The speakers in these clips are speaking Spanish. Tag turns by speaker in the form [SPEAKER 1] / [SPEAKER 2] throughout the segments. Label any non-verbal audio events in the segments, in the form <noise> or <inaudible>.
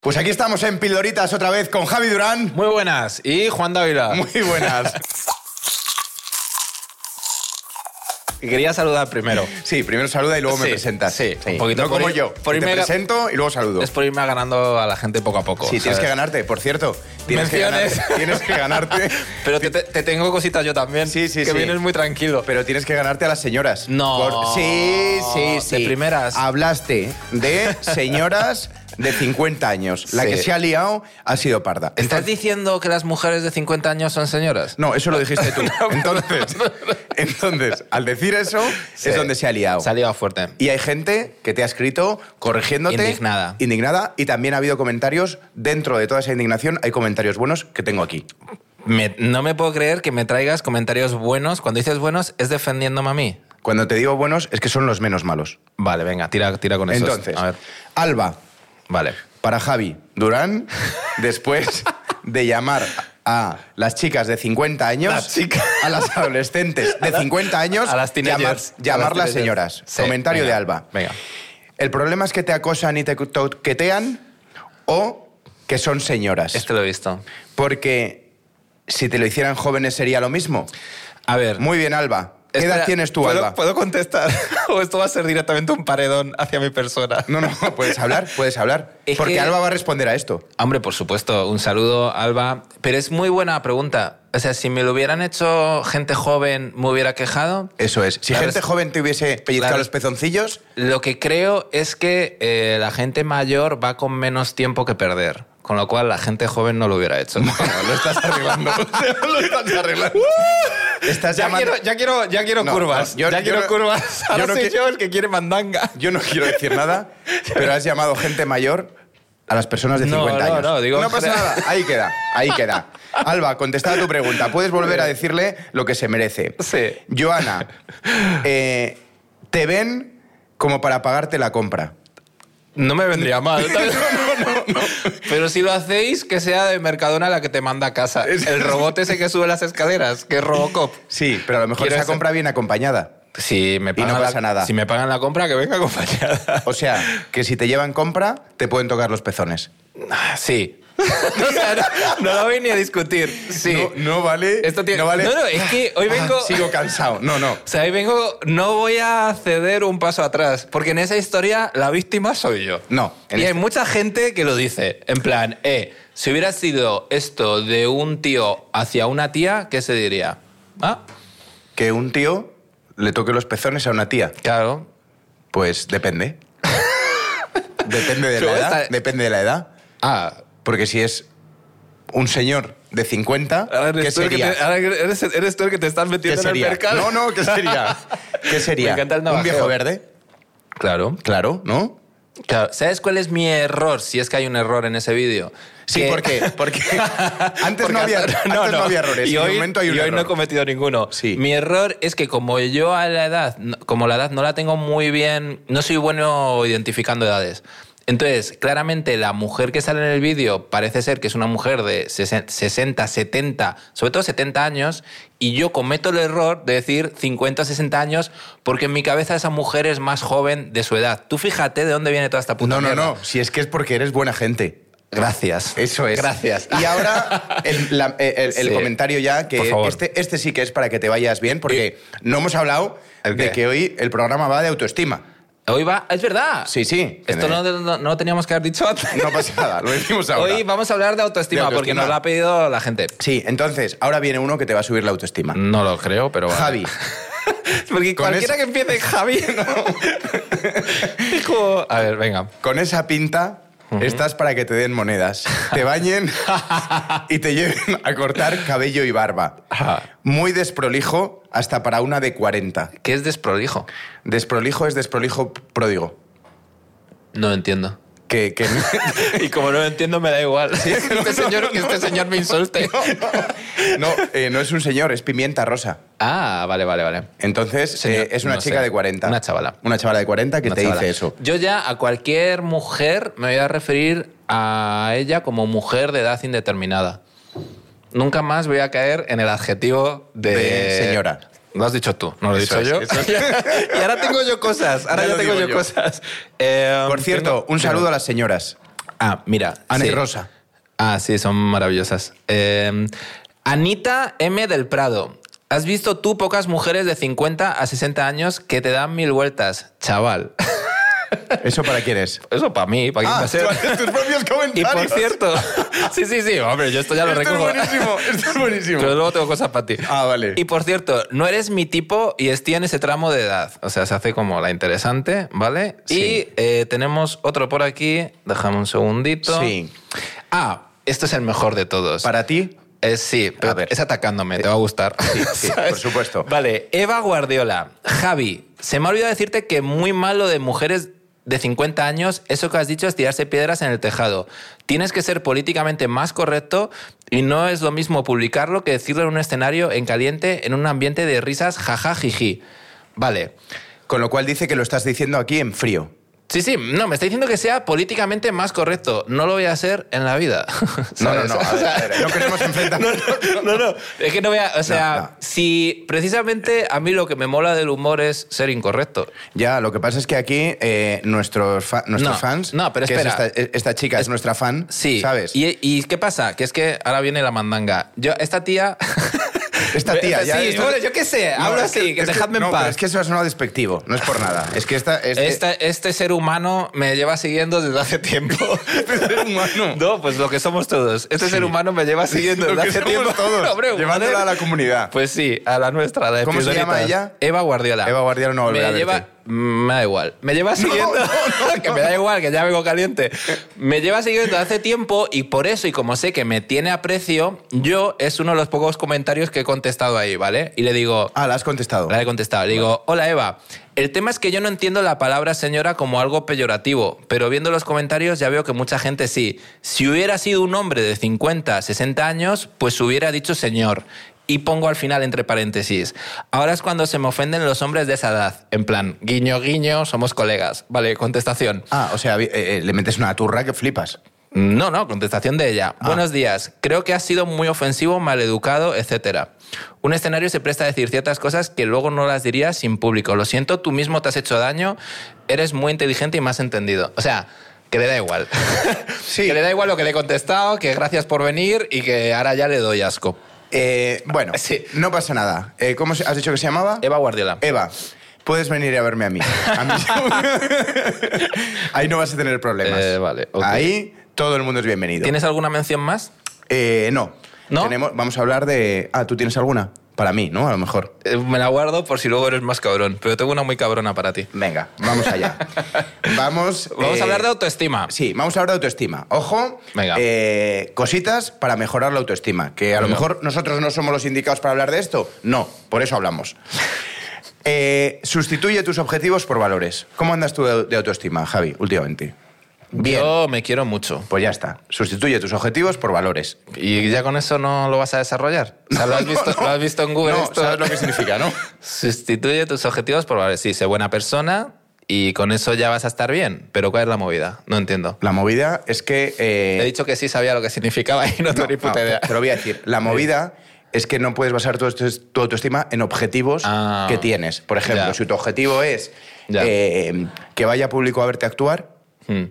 [SPEAKER 1] Pues aquí estamos en Pildoritas otra vez con Javi Durán.
[SPEAKER 2] Muy buenas. Y Juan Dávila.
[SPEAKER 1] Muy
[SPEAKER 2] <laughs>
[SPEAKER 1] buenas.
[SPEAKER 2] Quería saludar primero.
[SPEAKER 1] Sí, primero saluda y luego me
[SPEAKER 2] Sí,
[SPEAKER 1] presentas.
[SPEAKER 2] sí,
[SPEAKER 1] un poquito.
[SPEAKER 2] un poquito
[SPEAKER 1] No como
[SPEAKER 2] por ir-
[SPEAKER 1] yo.
[SPEAKER 2] por
[SPEAKER 1] que te
[SPEAKER 2] irme a-
[SPEAKER 1] presento y luego saludo.
[SPEAKER 2] Es por irme ganando a la gente poco a poco.
[SPEAKER 1] Sí, tienes
[SPEAKER 2] ¿sabes?
[SPEAKER 1] que ganarte, por cierto. Tienes que
[SPEAKER 2] Menciones.
[SPEAKER 1] ganarte. <laughs> Tienes que
[SPEAKER 2] <laughs>
[SPEAKER 1] ganarte.
[SPEAKER 2] Pero te, te- te tengo cositas yo también.
[SPEAKER 1] Sí, sí,
[SPEAKER 2] Que
[SPEAKER 1] sí.
[SPEAKER 2] vienes muy tranquilo.
[SPEAKER 1] Pero tienes que ganarte a las señoras.
[SPEAKER 2] No.
[SPEAKER 1] Sí, sí,
[SPEAKER 2] De
[SPEAKER 1] sí.
[SPEAKER 2] primeras.
[SPEAKER 1] Hablaste de
[SPEAKER 2] <laughs>
[SPEAKER 1] señoras de 50 años. La
[SPEAKER 2] Sí.
[SPEAKER 1] que se ha liado ha sido parda.
[SPEAKER 2] ¿Estás diciendo que las mujeres de 50 años son señoras?
[SPEAKER 1] No, eso lo dijiste
[SPEAKER 2] <laughs>
[SPEAKER 1] tú. Entonces, entonces al decir eso,
[SPEAKER 2] Sí.
[SPEAKER 1] es donde se ha liado.
[SPEAKER 2] Se ha liado fuerte.
[SPEAKER 1] Y hay gente que te ha escrito corrigiéndote.
[SPEAKER 2] Indignada.
[SPEAKER 1] Indignada. Y también ha habido comentarios. Dentro de toda esa indignación hay comentarios buenos que tengo aquí.
[SPEAKER 2] Me- no me puedo creer que me traigas comentarios buenos. Cuando dices buenos, es defendiéndome a mí.
[SPEAKER 1] Cuando te digo buenos es que son los menos malos.
[SPEAKER 2] Vale, venga, tira, tira con eso.
[SPEAKER 1] Entonces,
[SPEAKER 2] A ver.
[SPEAKER 1] Alba,
[SPEAKER 2] Vale.
[SPEAKER 1] para Javi Durán, después de llamar a las chicas de 50 años,
[SPEAKER 2] Las chicas.
[SPEAKER 1] a las adolescentes de 50 años,
[SPEAKER 2] a las
[SPEAKER 1] llamar,
[SPEAKER 2] teenagers.
[SPEAKER 1] llamarlas
[SPEAKER 2] A las teenagers.
[SPEAKER 1] señoras.
[SPEAKER 2] Sí,
[SPEAKER 1] Comentario
[SPEAKER 2] venga,
[SPEAKER 1] de Alba.
[SPEAKER 2] Venga.
[SPEAKER 1] El problema es que te acosan y te toquetean o que son señoras.
[SPEAKER 2] Este lo he visto.
[SPEAKER 1] Porque si te lo hicieran jóvenes sería lo mismo.
[SPEAKER 2] A ver.
[SPEAKER 1] Muy bien, Alba. ¿Qué
[SPEAKER 2] Espera,
[SPEAKER 1] edad tienes tú,
[SPEAKER 2] ¿puedo-
[SPEAKER 1] Alba?
[SPEAKER 2] ¿Puedo contestar? <laughs> ¿O esto va a ser directamente un paredón hacia mi persona?
[SPEAKER 1] No,
[SPEAKER 2] <laughs>
[SPEAKER 1] no, puedes hablar, puedes hablar.
[SPEAKER 2] Es
[SPEAKER 1] Porque
[SPEAKER 2] que-
[SPEAKER 1] Alba va a responder a esto.
[SPEAKER 2] Hombre, por supuesto, un saludo, Alba. Pero es muy buena pregunta. O sea, si me lo hubieran hecho gente joven, me hubiera quejado.
[SPEAKER 1] Eso es. Si
[SPEAKER 2] La
[SPEAKER 1] gente
[SPEAKER 2] res-
[SPEAKER 1] joven te hubiese pellizcado
[SPEAKER 2] la
[SPEAKER 1] los
[SPEAKER 2] res- <laughs>
[SPEAKER 1] pezoncillos,
[SPEAKER 2] Lo que creo es que eh, la gente mayor va con menos tiempo que perder. Con lo cual, la gente joven no lo
[SPEAKER 1] <laughs>
[SPEAKER 2] hubiera hecho.
[SPEAKER 1] No, lo estás
[SPEAKER 2] <laughs>
[SPEAKER 1] arreglando. lo estás arreglando. Estás
[SPEAKER 2] Ya
[SPEAKER 1] llamando-
[SPEAKER 2] quiero, ya quiero, ya quiero
[SPEAKER 1] No,
[SPEAKER 2] curvas.
[SPEAKER 1] no, yo-
[SPEAKER 2] ya
[SPEAKER 1] yo
[SPEAKER 2] quiero
[SPEAKER 1] no-
[SPEAKER 2] curvas.
[SPEAKER 1] yo
[SPEAKER 2] Ahora
[SPEAKER 1] no
[SPEAKER 2] soy
[SPEAKER 1] que-
[SPEAKER 2] yo el que quiere mandanga.
[SPEAKER 1] Yo no quiero decir nada, pero has llamado gente mayor a las personas de
[SPEAKER 2] No,
[SPEAKER 1] 50
[SPEAKER 2] no,
[SPEAKER 1] años.
[SPEAKER 2] no, digo-
[SPEAKER 1] pasa nada. Ahí queda, ahí queda. Alba, contestada tu pregunta. Puedes volver a decirle lo que se merece.
[SPEAKER 2] Sí.
[SPEAKER 1] Joana, eh, te ven como para pagarte la compra.
[SPEAKER 2] No me <laughs> vendría mal. Pero si lo hacéis, que sea de Mercadona la que te manda a casa. El robot ese que sube las escaleras, que es Robocop.
[SPEAKER 1] Sí, pero a lo mejor
[SPEAKER 2] Quiero
[SPEAKER 1] esa
[SPEAKER 2] hacer-
[SPEAKER 1] compra viene acompañada.
[SPEAKER 2] Si me
[SPEAKER 1] Y no
[SPEAKER 2] pagan
[SPEAKER 1] pasa
[SPEAKER 2] la,
[SPEAKER 1] nada.
[SPEAKER 2] Si me pagan la compra, que venga acompañada.
[SPEAKER 1] O sea, que si te llevan compra, te pueden tocar los pezones.
[SPEAKER 2] Ah, Sí. <laughs> O sea, no, no lo voy ni a discutir. Sí.
[SPEAKER 1] No, no vale.
[SPEAKER 2] Esto tiene-
[SPEAKER 1] No, vale.
[SPEAKER 2] No, no, es que hoy vengo-
[SPEAKER 1] sigo cansado. No, no.
[SPEAKER 2] O sea, ahí vengo, no voy a ceder un paso atrás, porque en esa historia la víctima soy yo.
[SPEAKER 1] No, en
[SPEAKER 2] Y hay
[SPEAKER 1] este-
[SPEAKER 2] mucha gente que lo dice, en plan, eh, si hubiera sido esto de un tío hacia una tía, ¿qué se diría? Ah,
[SPEAKER 1] Que un tío le toque los pezones a una tía.
[SPEAKER 2] claro.
[SPEAKER 1] Pues
[SPEAKER 2] <laughs>
[SPEAKER 1] depende. depende de la
[SPEAKER 2] Luego
[SPEAKER 1] edad.
[SPEAKER 2] está-
[SPEAKER 1] Depende de la edad.
[SPEAKER 2] Ah,
[SPEAKER 1] Porque si es un señor de 50,
[SPEAKER 2] ahora eres,
[SPEAKER 1] ¿qué
[SPEAKER 2] tú el que
[SPEAKER 1] sería?
[SPEAKER 2] te- ahora eres- eres tú el que te estás
[SPEAKER 1] ¿Qué
[SPEAKER 2] metiendo en el
[SPEAKER 1] sería?
[SPEAKER 2] mercado.
[SPEAKER 1] No, no, ¿qué
[SPEAKER 2] <laughs>
[SPEAKER 1] sería? ¿Qué sería?
[SPEAKER 2] Me encanta el
[SPEAKER 1] un
[SPEAKER 2] navajeo.
[SPEAKER 1] viejo verde,
[SPEAKER 2] Claro.
[SPEAKER 1] claro, ¿no?
[SPEAKER 2] Claro, ¿Sabes cuál es mi error? Si es que hay un error en ese vídeo.
[SPEAKER 1] Sí,
[SPEAKER 2] Que-
[SPEAKER 1] ¿por qué? Porque <laughs> antes,
[SPEAKER 2] Porque
[SPEAKER 1] no, había,
[SPEAKER 2] hasta-
[SPEAKER 1] <laughs> antes no, había errores.
[SPEAKER 2] Y
[SPEAKER 1] en el
[SPEAKER 2] hoy,
[SPEAKER 1] momento hay un
[SPEAKER 2] y hoy no he
[SPEAKER 1] error.
[SPEAKER 2] cometido ninguno.
[SPEAKER 1] Sí.
[SPEAKER 2] Mi error es que como yo a la edad, no- como la edad no la tengo muy bien, no soy bueno identificando edades. Entonces, claramente la mujer que sale en el vídeo parece ser que es una mujer de sesen- 60, 70, sobre todo 70 años, y yo cometo el error de decir 50, 60 años, porque en mi cabeza esa mujer es más joven de su edad. Tú fíjate de dónde viene toda esta puta
[SPEAKER 1] no, no,
[SPEAKER 2] mierda.
[SPEAKER 1] no. Si es que es porque eres buena gente.
[SPEAKER 2] Gracias.
[SPEAKER 1] Eso es.
[SPEAKER 2] Gracias.
[SPEAKER 1] Y
[SPEAKER 2] <laughs>
[SPEAKER 1] ahora el, la- eh, el- el
[SPEAKER 2] Sí.
[SPEAKER 1] comentario ya,
[SPEAKER 2] Por
[SPEAKER 1] que
[SPEAKER 2] favor. Eh.
[SPEAKER 1] este, este sí que es para que te vayas bien, porque no hemos hablado
[SPEAKER 2] ¿El
[SPEAKER 1] de
[SPEAKER 2] qué?
[SPEAKER 1] que hoy el programa va de autoestima.
[SPEAKER 2] Hoy va. Es verdad.
[SPEAKER 1] Sí, sí.
[SPEAKER 2] Esto no, no- no lo teníamos que haber dicho antes.
[SPEAKER 1] <laughs> No pasa nada, lo decimos ahora.
[SPEAKER 2] Hoy vamos a hablar de autoestima,
[SPEAKER 1] De autoestima.
[SPEAKER 2] porque nos lo ha pedido la gente.
[SPEAKER 1] Sí, entonces, ahora viene uno que te va a subir la autoestima.
[SPEAKER 2] No lo creo, pero Mm, vale.
[SPEAKER 1] Javi,
[SPEAKER 2] Porque
[SPEAKER 1] Con
[SPEAKER 2] cualquiera
[SPEAKER 1] eso-
[SPEAKER 2] que empiece <laughs> Javi. Dijo- A ver, venga.
[SPEAKER 1] con esa pinta estás para que te den monedas, te
[SPEAKER 2] <laughs>
[SPEAKER 1] bañen y te lleven a cortar cabello y barba.
[SPEAKER 2] Ajá.
[SPEAKER 1] Muy desprolijo hasta para una de 40.
[SPEAKER 2] ¿Qué es desprolijo?
[SPEAKER 1] Desprolijo es desprolijo pródigo.
[SPEAKER 2] No entiendo.
[SPEAKER 1] Que, que...
[SPEAKER 2] <laughs> Y como no lo entiendo, me da igual. <laughs> este señor, que este señor me insulte.
[SPEAKER 1] No, eh, no es un señor, es pimienta rosa.
[SPEAKER 2] Ah, vale, vale, vale.
[SPEAKER 1] Entonces,
[SPEAKER 2] Señor,
[SPEAKER 1] eh, es una
[SPEAKER 2] no
[SPEAKER 1] chica
[SPEAKER 2] sé.
[SPEAKER 1] de 40.
[SPEAKER 2] Una chavala.
[SPEAKER 1] Una chavala de 40 que
[SPEAKER 2] Una
[SPEAKER 1] te
[SPEAKER 2] chavala.
[SPEAKER 1] dice eso.
[SPEAKER 2] Yo ya a cualquier mujer me voy a referir a ella como mujer de edad indeterminada. Nunca más voy a caer en el adjetivo de,
[SPEAKER 1] De señora.
[SPEAKER 2] Lo has dicho tú, no lo he
[SPEAKER 1] Eso
[SPEAKER 2] dicho
[SPEAKER 1] es,
[SPEAKER 2] yo.
[SPEAKER 1] eso es.
[SPEAKER 2] <laughs> y ahora tengo yo cosas. Ahora
[SPEAKER 1] Ya
[SPEAKER 2] ya,
[SPEAKER 1] lo
[SPEAKER 2] tengo
[SPEAKER 1] digo
[SPEAKER 2] yo,
[SPEAKER 1] yo.
[SPEAKER 2] cosas. Eh,
[SPEAKER 1] Por cierto,
[SPEAKER 2] tengo-
[SPEAKER 1] un saludo a las señoras.
[SPEAKER 2] Ah, mira.
[SPEAKER 1] Ana y
[SPEAKER 2] sí.
[SPEAKER 1] Rosa.
[SPEAKER 2] Ah, sí, son maravillosas. Eh, Anita M. del Prado. ¿Has visto tú pocas mujeres de 50 a 60 años que te dan mil vueltas, chaval?
[SPEAKER 1] ¿Eso para quién es?
[SPEAKER 2] Eso para mí, para quien va a ser.
[SPEAKER 1] tú haces tus propios
[SPEAKER 2] Ah, <laughs> Y
[SPEAKER 1] comentarios.
[SPEAKER 2] por cierto, <laughs> sí, sí, sí, hombre, yo esto ya lo
[SPEAKER 1] Esto es
[SPEAKER 2] recojo. ¿eh?
[SPEAKER 1] buenísimo, esto es buenísimo.
[SPEAKER 2] Pero luego tengo cosas para ti.
[SPEAKER 1] Ah, vale.
[SPEAKER 2] Y por cierto, no eres mi tipo y estoy en ese tramo de edad. O sea, se hace como la interesante, ¿vale?
[SPEAKER 1] Sí.
[SPEAKER 2] Y eh, tenemos otro por aquí. Déjame un segundito.
[SPEAKER 1] Sí.
[SPEAKER 2] Ah, esto es el mejor de todos.
[SPEAKER 1] Para ti,
[SPEAKER 2] Eh, sí, pero
[SPEAKER 1] ver. Eh,
[SPEAKER 2] es atacándome, te va a gustar. <laughs>
[SPEAKER 1] sí,
[SPEAKER 2] ¿Sabes?
[SPEAKER 1] por supuesto.
[SPEAKER 2] Vale, Eva Guardiola. Javi, se me ha olvidado decirte que muy malo de mujeres de 50 años, eso que has dicho es tirarse piedras en el tejado. Tienes que ser políticamente más correcto y no es lo mismo publicarlo que decirlo en un escenario en caliente, en un ambiente de risas, jaja, jiji. Vale.
[SPEAKER 1] con lo cual dice que lo estás diciendo aquí en frío.
[SPEAKER 2] Sí, sí, no, me está diciendo que sea políticamente más correcto. No lo voy a hacer en la vida. <laughs>
[SPEAKER 1] No, no,
[SPEAKER 2] ¿Sabes?
[SPEAKER 1] no.
[SPEAKER 2] O
[SPEAKER 1] a ver,
[SPEAKER 2] sea,
[SPEAKER 1] a ver, no
[SPEAKER 2] <laughs>
[SPEAKER 1] queremos enfrentarnos.
[SPEAKER 2] No, no, es que no voy a. O sea,
[SPEAKER 1] No, no.
[SPEAKER 2] si precisamente a mí lo que me mola del humor es ser incorrecto.
[SPEAKER 1] Ya, lo que pasa es que aquí eh, nuestros, fa- nuestros
[SPEAKER 2] No,
[SPEAKER 1] fans.
[SPEAKER 2] no, pero
[SPEAKER 1] que es
[SPEAKER 2] espera.
[SPEAKER 1] esta, esta chica es nuestra fan.
[SPEAKER 2] Sí.
[SPEAKER 1] ¿Sabes?
[SPEAKER 2] ¿Y, y qué pasa? Que es que ahora viene la mandanga. Yo, esta tía. <laughs>
[SPEAKER 1] Esta tía, ya.
[SPEAKER 2] Sí,
[SPEAKER 1] esto-
[SPEAKER 2] bueno, yo qué sé,
[SPEAKER 1] No,
[SPEAKER 2] hablo
[SPEAKER 1] es
[SPEAKER 2] así,
[SPEAKER 1] que-
[SPEAKER 2] que
[SPEAKER 1] es que-
[SPEAKER 2] dejadme
[SPEAKER 1] no,
[SPEAKER 2] en paz.
[SPEAKER 1] pero Es que eso es no despectivo, no es por
[SPEAKER 2] <laughs>
[SPEAKER 1] nada. Es que esta. Este, <laughs>
[SPEAKER 2] Esta- este ser humano me lleva siguiendo desde hace tiempo.
[SPEAKER 1] <laughs> este ser
[SPEAKER 2] <laughs>
[SPEAKER 1] humano.
[SPEAKER 2] No, pues lo que somos todos. Este ser humano me lleva siguiendo
[SPEAKER 1] Lo
[SPEAKER 2] desde
[SPEAKER 1] que
[SPEAKER 2] hace
[SPEAKER 1] somos <laughs>
[SPEAKER 2] tiempo. <laughs>
[SPEAKER 1] todos.
[SPEAKER 2] Hombre, joder.
[SPEAKER 1] llevándola a la comunidad.
[SPEAKER 2] Pues sí, a la nuestra, a la de
[SPEAKER 1] ¿Cómo se llama
[SPEAKER 2] Piedronitas.
[SPEAKER 1] ella?
[SPEAKER 2] Eva Guardiola.
[SPEAKER 1] Eva Guardiola no volverá a
[SPEAKER 2] me lleva,
[SPEAKER 1] verte.
[SPEAKER 2] Mm, Me da igual. Me
[SPEAKER 1] <laughs>
[SPEAKER 2] lleva siguiendo... <laughs> que me da igual, que ya vengo caliente. Me lleva siguiendo hace tiempo y por eso, y como sé que me tiene aprecio, yo es uno de los pocos comentarios que he contestado ahí, ¿vale? Y le digo...
[SPEAKER 1] Ah, la has contestado.
[SPEAKER 2] La he contestado. Le digo, hola Eva, el tema es que yo no entiendo la palabra señora como algo peyorativo, pero viendo los comentarios ya veo que mucha gente sí. Si hubiera sido un hombre de 50, 60 años, pues hubiera dicho señor. Y pongo al final entre paréntesis. Ahora es cuando se me ofenden los hombres de esa edad. En plan, guiño, guiño, somos colegas. Vale, contestación.
[SPEAKER 1] Ah, o sea, eh, eh, le metes una turra que flipas.
[SPEAKER 2] No, no, contestación de ella.
[SPEAKER 1] Ah.
[SPEAKER 2] Buenos días. Creo que has sido muy ofensivo, maleducado, etcétera. Un escenario se presta a decir ciertas cosas que luego no las dirías sin público. Lo siento, tú mismo te has hecho daño, eres muy inteligente y más entendido. O sea, que le da igual.
[SPEAKER 1] <laughs> Sí.
[SPEAKER 2] Que le da igual lo que le he contestado, que gracias por venir y que ahora ya le doy asco.
[SPEAKER 1] Eh, bueno,
[SPEAKER 2] Sí.
[SPEAKER 1] no pasa nada. Eh, ¿Cómo se- has dicho que se llamaba?
[SPEAKER 2] Eva Guardiola.
[SPEAKER 1] Eva, puedes venir a verme a mí. A mí-
[SPEAKER 2] <laughs>
[SPEAKER 1] Ahí no vas a tener problemas.
[SPEAKER 2] Eh, vale, ok.
[SPEAKER 1] Ahí todo el mundo es bienvenido.
[SPEAKER 2] ¿Tienes alguna mención más?
[SPEAKER 1] Eh, no.
[SPEAKER 2] ¿No?
[SPEAKER 1] Tenemos- vamos a hablar de... Ah, ¿tú tienes alguna? Para mí, ¿no? A lo mejor.
[SPEAKER 2] Eh, Me la guardo por si luego eres más cabrón, pero tengo una muy cabrona para ti.
[SPEAKER 1] Venga, vamos
[SPEAKER 2] <laughs>
[SPEAKER 1] allá. vamos...
[SPEAKER 2] Vamos
[SPEAKER 1] eh,
[SPEAKER 2] a hablar de autoestima.
[SPEAKER 1] Sí, vamos a hablar de autoestima. Ojo,
[SPEAKER 2] Venga.
[SPEAKER 1] eh, cositas para mejorar la autoestima. Que a lo
[SPEAKER 2] Venga.
[SPEAKER 1] mejor nosotros no somos los indicados para hablar de esto. No, por eso
[SPEAKER 2] <laughs>
[SPEAKER 1] hablamos. Eh, sustituye tus objetivos por valores. ¿Cómo andas tú de de autoestima, Javi, últimamente? Bien.
[SPEAKER 2] Yo me quiero mucho.
[SPEAKER 1] Pues ya está. Sustituye tus objetivos por valores.
[SPEAKER 2] ¿Y ya con eso no lo vas a desarrollar? O sea, ¿lo,
[SPEAKER 1] <laughs>
[SPEAKER 2] has
[SPEAKER 1] No,
[SPEAKER 2] visto,
[SPEAKER 1] no.
[SPEAKER 2] lo has visto en Google
[SPEAKER 1] No,
[SPEAKER 2] esto?
[SPEAKER 1] sabes lo que significa, ¿no?
[SPEAKER 2] <laughs> Sustituye tus objetivos por, vale, sí, sé buena persona y con eso ya vas a estar bien. Pero ¿cuál es la movida? No entiendo.
[SPEAKER 1] La movida es que... eh,
[SPEAKER 2] He dicho que sí sabía lo que significaba y no, tengo ni
[SPEAKER 1] no,
[SPEAKER 2] puta idea.
[SPEAKER 1] te lo voy a decir. La movida es que no puedes basar tu, autoest- tu autoestima en objetivos
[SPEAKER 2] Ah.
[SPEAKER 1] que tienes. Por ejemplo,
[SPEAKER 2] Ya.
[SPEAKER 1] si tu objetivo es
[SPEAKER 2] Ya.
[SPEAKER 1] eh, que vaya público a verte actuar,
[SPEAKER 2] Hmm.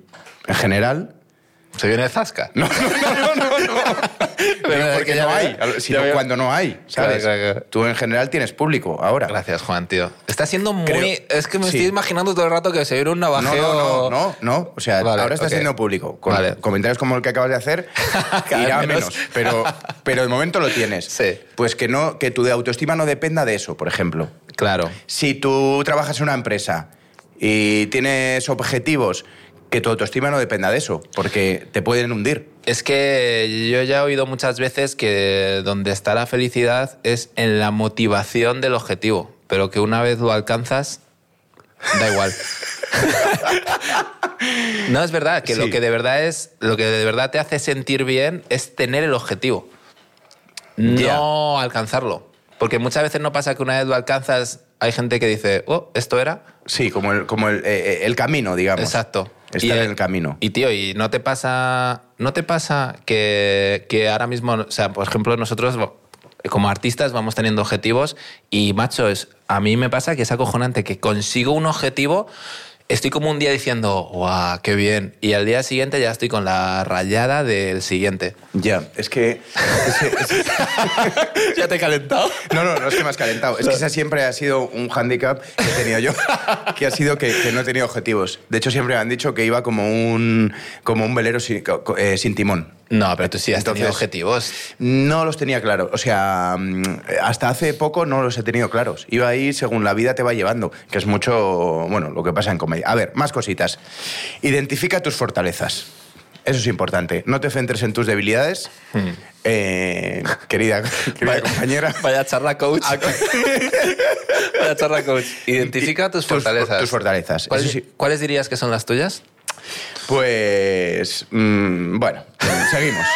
[SPEAKER 1] en general... <laughs>
[SPEAKER 2] ¿Se viene Zasca? No,
[SPEAKER 1] Pero
[SPEAKER 2] es
[SPEAKER 1] porque
[SPEAKER 2] que ya
[SPEAKER 1] no
[SPEAKER 2] veo-
[SPEAKER 1] hay,
[SPEAKER 2] ya
[SPEAKER 1] sino
[SPEAKER 2] veo-
[SPEAKER 1] cuando no hay, ¿sabes?
[SPEAKER 2] Claro, claro, claro.
[SPEAKER 1] Tú en general tienes público ahora.
[SPEAKER 2] Gracias, Juan, tío. Está siendo muy...
[SPEAKER 1] Creo-
[SPEAKER 2] Es que me
[SPEAKER 1] sí.
[SPEAKER 2] estoy imaginando todo el rato que se viene un
[SPEAKER 1] No,
[SPEAKER 2] navajeo...
[SPEAKER 1] no, no, no, no. O sea,
[SPEAKER 2] Vale,
[SPEAKER 1] ahora está
[SPEAKER 2] ok.
[SPEAKER 1] siendo público. Con
[SPEAKER 2] Vale.
[SPEAKER 1] comentarios como el que acabas de
[SPEAKER 2] <laughs>
[SPEAKER 1] hacer, irá
[SPEAKER 2] menos.
[SPEAKER 1] menos. Pero, pero de momento lo tienes.
[SPEAKER 2] Sí.
[SPEAKER 1] Pues que, no, que tu de autoestima no dependa de eso, por ejemplo.
[SPEAKER 2] Claro.
[SPEAKER 1] Si tú trabajas en una empresa y tienes objetivos, que tu autoestima no dependa de eso, porque te pueden hundir.
[SPEAKER 2] Es que yo ya he oído muchas veces que donde está la felicidad es en la motivación del objetivo, pero que una vez lo alcanzas, da igual. <laughs> no es verdad, que lo
[SPEAKER 1] Sí.
[SPEAKER 2] que de verdad es, lo que de verdad te hace sentir bien es tener el objetivo, no
[SPEAKER 1] Ya.
[SPEAKER 2] alcanzarlo. Porque muchas veces no pasa que una vez lo alcanzas, hay gente que dice, oh, esto era.
[SPEAKER 1] Sí, como el, como el, eh, eh, el camino, digamos.
[SPEAKER 2] Exacto.
[SPEAKER 1] Estar en el camino.
[SPEAKER 2] Y tío, y no te pasa, no te pasa que, que ahora mismo, o sea, por ejemplo, nosotros como artistas vamos teniendo objetivos y macho, es, a mí me pasa que es acojonante que consigo un objetivo estoy como un día diciendo, guau, qué bien. Y al día siguiente ya estoy con la rayada del siguiente.
[SPEAKER 1] Ya, es que... es que- es que-
[SPEAKER 2] <laughs> ¿Ya te he calentado?
[SPEAKER 1] no, no, no es que me has calentado. Es que esa siempre ha sido un hándicap que he tenido yo, que ha sido que, que no he tenido objetivos. De hecho, siempre me han dicho que iba como un, como un velero sin, co- co- eh, sin timón.
[SPEAKER 2] No, pero tú sí has tenido
[SPEAKER 1] Entonces-
[SPEAKER 2] objetivos.
[SPEAKER 1] No los tenía claro. O sea, mm, hasta hace poco no los he tenido claros. Iba ahí según la vida te va llevando, que es mucho, bueno, lo que pasa en comedia. A ver, más cositas. Identifica tus fortalezas. Eso es importante. No te centres en tus debilidades. Eh, querida, querida compañera.
[SPEAKER 2] Vaya charla coach. <laughs> Vaya charla coach. Identifica tus
[SPEAKER 1] Tus-
[SPEAKER 2] fortalezas.
[SPEAKER 1] tus fortalezas,
[SPEAKER 2] ¿Cuál-
[SPEAKER 1] eso sí.
[SPEAKER 2] ¿Cuáles dirías que son las tuyas?
[SPEAKER 1] Pues, mm, bueno, seguimos.
[SPEAKER 2] <laughs>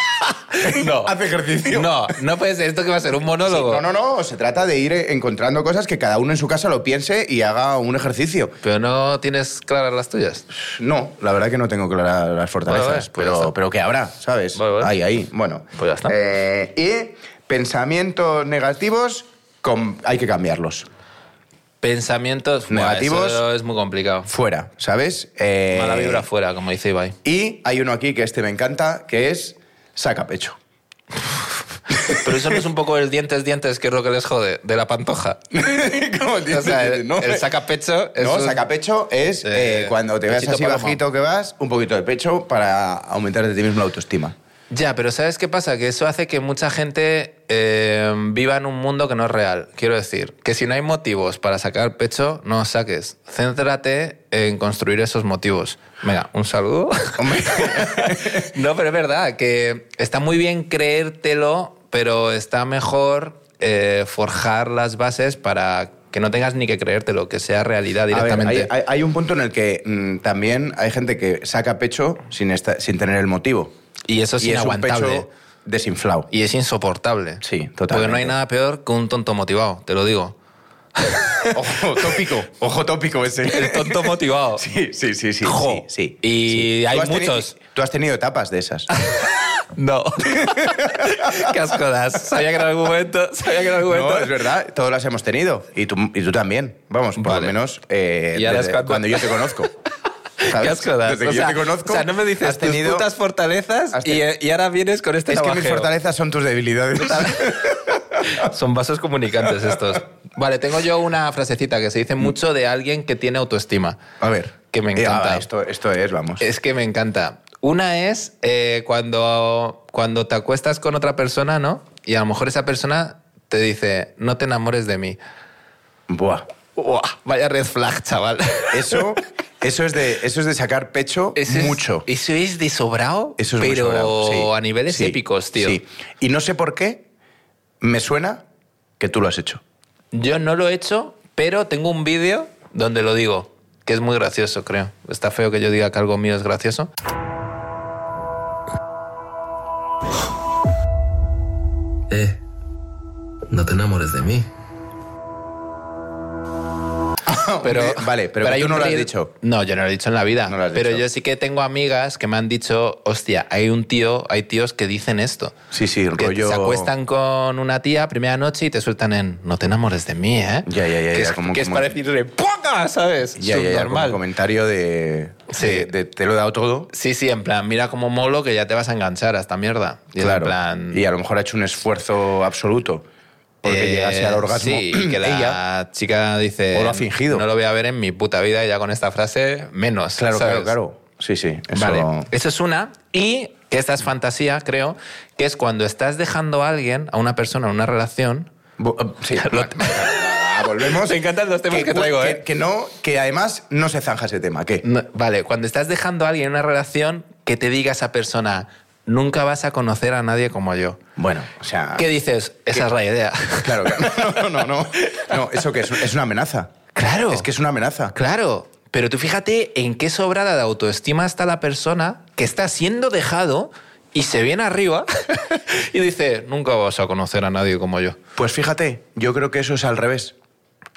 [SPEAKER 2] No.
[SPEAKER 1] Haz ejercicio.
[SPEAKER 2] No, no puede ser. Esto que va a ser un monólogo.
[SPEAKER 1] No, no, no. Se trata de ir encontrando cosas que cada uno en su casa lo piense y haga un ejercicio.
[SPEAKER 2] Pero no tienes claras las tuyas.
[SPEAKER 1] No, la verdad que no tengo claras las fortalezas,
[SPEAKER 2] Vale, vale, pues ya
[SPEAKER 1] pero,
[SPEAKER 2] está.
[SPEAKER 1] pero que habrá, ¿sabes?
[SPEAKER 2] Vale, vale.
[SPEAKER 1] Ahí, ahí, bueno.
[SPEAKER 2] Pues ya está.
[SPEAKER 1] Eh, y pensamientos negativos com- hay que cambiarlos.
[SPEAKER 2] Pensamientos buah,
[SPEAKER 1] Negativos.
[SPEAKER 2] eso es muy complicado.
[SPEAKER 1] Fuera, ¿sabes? Eh,
[SPEAKER 2] Mala vibra fuera, como dice Ibai.
[SPEAKER 1] Y hay uno aquí que este me encanta, que es saca <laughs>
[SPEAKER 2] <laughs>
[SPEAKER 1] pecho.
[SPEAKER 2] Pero eso no es un poco el dientes, dientes, que es lo que les jode, de
[SPEAKER 1] <laughs>
[SPEAKER 2] la pantoja.
[SPEAKER 1] ¿Cómo
[SPEAKER 2] O sea, el,
[SPEAKER 1] no,
[SPEAKER 2] el saca pecho. es
[SPEAKER 1] no,
[SPEAKER 2] un-
[SPEAKER 1] saca pecho es
[SPEAKER 2] Eh,
[SPEAKER 1] eh, cuando te veas
[SPEAKER 2] pechito
[SPEAKER 1] así
[SPEAKER 2] paloma.
[SPEAKER 1] bajito que vas, un poquito de pecho para aumentar de ti mismo la autoestima.
[SPEAKER 2] Ya, pero ¿sabes qué pasa? Que eso hace que mucha gente eh, viva en un mundo que no es real. Quiero decir, que si no hay motivos para sacar pecho, no os saques. Céntrate en construir esos motivos. Venga, un saludo.
[SPEAKER 1] <laughs> Hombre,
[SPEAKER 2] <laughs> no, pero es verdad, que está muy bien creértelo, pero está mejor eh, forjar las bases para que no tengas ni que creértelo, que sea realidad
[SPEAKER 1] A ver,
[SPEAKER 2] directamente.
[SPEAKER 1] hay, hay- hay un punto en el que mm, también hay gente que saca pecho sin, esta- sin tener el motivo.
[SPEAKER 2] Y eso es
[SPEAKER 1] y es un
[SPEAKER 2] inaguantable.
[SPEAKER 1] pecho desinflado.
[SPEAKER 2] Y es insoportable.
[SPEAKER 1] Sí,
[SPEAKER 2] Porque no
[SPEAKER 1] totalmente.
[SPEAKER 2] hay nada peor que un tonto motivado, te lo digo.
[SPEAKER 1] <laughs> Ojo tópico, ojo tópico <laughs>
[SPEAKER 2] El
[SPEAKER 1] ese.
[SPEAKER 2] tonto motivado.
[SPEAKER 1] Sí, sí, sí, sí.
[SPEAKER 2] Jo.
[SPEAKER 1] sí, sí,
[SPEAKER 2] Y
[SPEAKER 1] sí.
[SPEAKER 2] hay
[SPEAKER 1] Tú has teni-
[SPEAKER 2] muchos.
[SPEAKER 1] tú has tenido etapas de <laughs> esas.
[SPEAKER 2] No. <laughs> Qué ascodas. Sabía que en algún momento. Sabía que en algún
[SPEAKER 1] No,
[SPEAKER 2] momento.
[SPEAKER 1] es verdad, todas las hemos tenido. Y tú, y tú también. Vamos, por
[SPEAKER 2] Vale.
[SPEAKER 1] lo menos eh,
[SPEAKER 2] Y ahora es
[SPEAKER 1] desde
[SPEAKER 2] cuando-
[SPEAKER 1] cuando... yo te conozco. <laughs>
[SPEAKER 2] Qué
[SPEAKER 1] ¿Sabes?
[SPEAKER 2] ascodas.
[SPEAKER 1] Desde
[SPEAKER 2] o
[SPEAKER 1] que
[SPEAKER 2] sea,
[SPEAKER 1] yo te conozco.
[SPEAKER 2] O sea, no me dices
[SPEAKER 1] has
[SPEAKER 2] tus
[SPEAKER 1] tenido-
[SPEAKER 2] putas fortalezas
[SPEAKER 1] has
[SPEAKER 2] y, eh,
[SPEAKER 1] tenido-
[SPEAKER 2] y ahora vienes con este
[SPEAKER 1] Es que mis
[SPEAKER 2] navajeo.
[SPEAKER 1] fortalezas son tus debilidades.
[SPEAKER 2] Son vasos
[SPEAKER 1] <laughs>
[SPEAKER 2] comunicantes estos. Vale, tengo yo una frasecita que se
[SPEAKER 1] Mm.
[SPEAKER 2] dice mucho de alguien que tiene autoestima.
[SPEAKER 1] <laughs> A ver.
[SPEAKER 2] Que me
[SPEAKER 1] Eh,
[SPEAKER 2] encanta.
[SPEAKER 1] ah, esto, esto es, vamos.
[SPEAKER 2] Es que me encanta. Una es eh, cuando, cuando te acuestas con otra persona, ¿no? Y a lo mejor esa persona te dice, no te enamores de mí.
[SPEAKER 1] Buah.
[SPEAKER 2] Buah, vaya red flag, chaval.
[SPEAKER 1] Eso, eso, es de, eso es de sacar pecho
[SPEAKER 2] Eso es-
[SPEAKER 1] mucho.
[SPEAKER 2] eso es de sobrado,
[SPEAKER 1] Eso es muy
[SPEAKER 2] pero
[SPEAKER 1] sobrado, sí.
[SPEAKER 2] a niveles
[SPEAKER 1] Sí,
[SPEAKER 2] épicos, tío.
[SPEAKER 1] sí. Y no sé por qué me suena que tú lo has hecho.
[SPEAKER 2] Yo no lo he hecho, pero tengo un vídeo donde lo digo, que es muy gracioso, creo. Está feo que yo diga que algo mío es gracioso.
[SPEAKER 3] Eh, no te enamores de mí.
[SPEAKER 2] Pero,
[SPEAKER 1] <laughs> vale, pero, que
[SPEAKER 2] hay
[SPEAKER 1] tú
[SPEAKER 2] un
[SPEAKER 1] no lo has
[SPEAKER 2] reel-
[SPEAKER 1] dicho.
[SPEAKER 2] No, yo no lo he dicho en la vida.
[SPEAKER 1] No lo has
[SPEAKER 2] pero
[SPEAKER 1] dicho.
[SPEAKER 2] yo sí que tengo amigas que me han dicho, hostia, hay un tío, hay tíos que dicen esto.
[SPEAKER 1] Sí, sí, el
[SPEAKER 2] que
[SPEAKER 1] rollo.
[SPEAKER 2] se acuestan con una tía primera noche y te sueltan en no te enamores de mí, ¿eh?
[SPEAKER 1] Ya, ya, ya,
[SPEAKER 2] Que
[SPEAKER 1] ya,
[SPEAKER 2] es,
[SPEAKER 1] como-
[SPEAKER 2] que es
[SPEAKER 1] como-
[SPEAKER 2] para decirle ¡poca! ¿Sabes?
[SPEAKER 1] Ya, ya, ya, como
[SPEAKER 2] Subnormal.
[SPEAKER 1] comentario de,
[SPEAKER 2] Sí.
[SPEAKER 1] de- de te lo he dado todo.
[SPEAKER 2] sí, sí, en plan, mira como molo que ya te vas a enganchar a esta mierda. Y es
[SPEAKER 1] Claro.
[SPEAKER 2] En plan,
[SPEAKER 1] Y a lo mejor ha hecho un esfuerzo absoluto porque
[SPEAKER 2] eh,
[SPEAKER 1] llegase al orgasmo.
[SPEAKER 2] Sí, y que la
[SPEAKER 1] <clears throat> Ella.
[SPEAKER 2] chica dice.
[SPEAKER 1] O lo ha fingido.
[SPEAKER 2] No lo voy a ver en mi puta vida y ya con esta frase, menos.
[SPEAKER 1] Claro, claro,
[SPEAKER 2] ¿sabes?
[SPEAKER 1] claro. Sí, sí. Eso...
[SPEAKER 2] Vale, eso es una. Y que esta es fantasía, creo, que es cuando estás dejando a alguien, a una persona, en una relación.
[SPEAKER 1] Bo- eh, Sí.
[SPEAKER 2] <laughs> Lo-
[SPEAKER 1] Ah, Volvemos.
[SPEAKER 2] Me encantan los temas que traigo, ¿eh?
[SPEAKER 1] que no, que además no se zanja ese tema. ¿Qué?
[SPEAKER 2] No, vale, cuando estás dejando a alguien en una relación, que te diga esa persona, nunca vas a conocer a nadie como yo.
[SPEAKER 1] Bueno, o sea.
[SPEAKER 2] ¿Qué dices? Esa es
[SPEAKER 1] <laughs>
[SPEAKER 2] la idea.
[SPEAKER 1] Claro, claro. No, no, no. No, eso que es, es una amenaza.
[SPEAKER 2] Claro.
[SPEAKER 1] Es que es una amenaza.
[SPEAKER 2] Claro, pero tú fíjate en qué sobrada de autoestima está la persona que está siendo dejado y se
[SPEAKER 1] <laughs>
[SPEAKER 2] viene arriba y dice, nunca vas a conocer a nadie como yo.
[SPEAKER 1] Pues fíjate, yo creo que eso es al revés.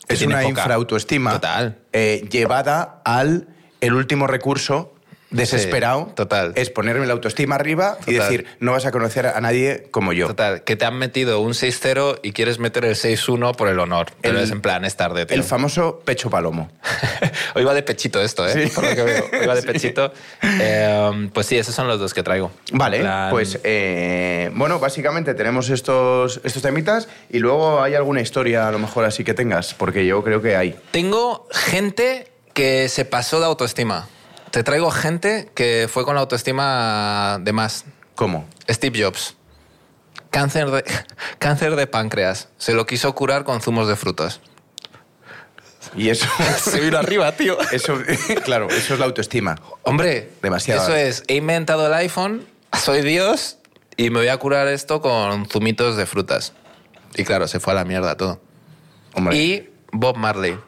[SPEAKER 2] Que
[SPEAKER 1] Es
[SPEAKER 2] tiene
[SPEAKER 1] una
[SPEAKER 2] poca.
[SPEAKER 1] infraautoestima
[SPEAKER 2] Total.
[SPEAKER 1] eh, llevada al el último recurso desesperado
[SPEAKER 2] Sí, total.
[SPEAKER 1] es ponerme la autoestima arriba y
[SPEAKER 2] Total.
[SPEAKER 1] decir, no vas a conocer a nadie como yo.
[SPEAKER 2] Total, que te han metido un 6-0 y quieres meter el 6-1 por el honor. Pero
[SPEAKER 1] El-
[SPEAKER 2] es en plan, es tarde, tío.
[SPEAKER 1] El famoso pecho palomo.
[SPEAKER 2] <laughs> Hoy va de pechito esto, ¿eh?
[SPEAKER 1] Sí.
[SPEAKER 2] Por lo que veo. Hoy va de pechito. Eh, pues sí, esos son los dos que traigo.
[SPEAKER 1] Vale,
[SPEAKER 2] En plan-
[SPEAKER 1] pues eh, bueno, básicamente tenemos estos, estos temitas y luego hay alguna historia a lo mejor así que tengas, porque yo creo que hay.
[SPEAKER 2] Tengo gente que se pasó de autoestima. Te traigo gente que fue con la autoestima de más.
[SPEAKER 1] ¿Cómo?
[SPEAKER 2] Steve Jobs. Cáncer de, <laughs> cáncer de páncreas. Se lo quiso curar con zumos de frutas.
[SPEAKER 1] Y eso, <laughs>
[SPEAKER 2] Se vino arriba, <laughs> tío.
[SPEAKER 1] eso <laughs> claro, eso es la autoestima.
[SPEAKER 2] Hombre,
[SPEAKER 1] Demasiado.
[SPEAKER 2] Eso es, he inventado el iPhone, soy Dios y me voy a curar esto con zumitos de frutas. Y claro, se fue a la mierda todo.
[SPEAKER 1] Hombre,
[SPEAKER 2] Y Bob Marley.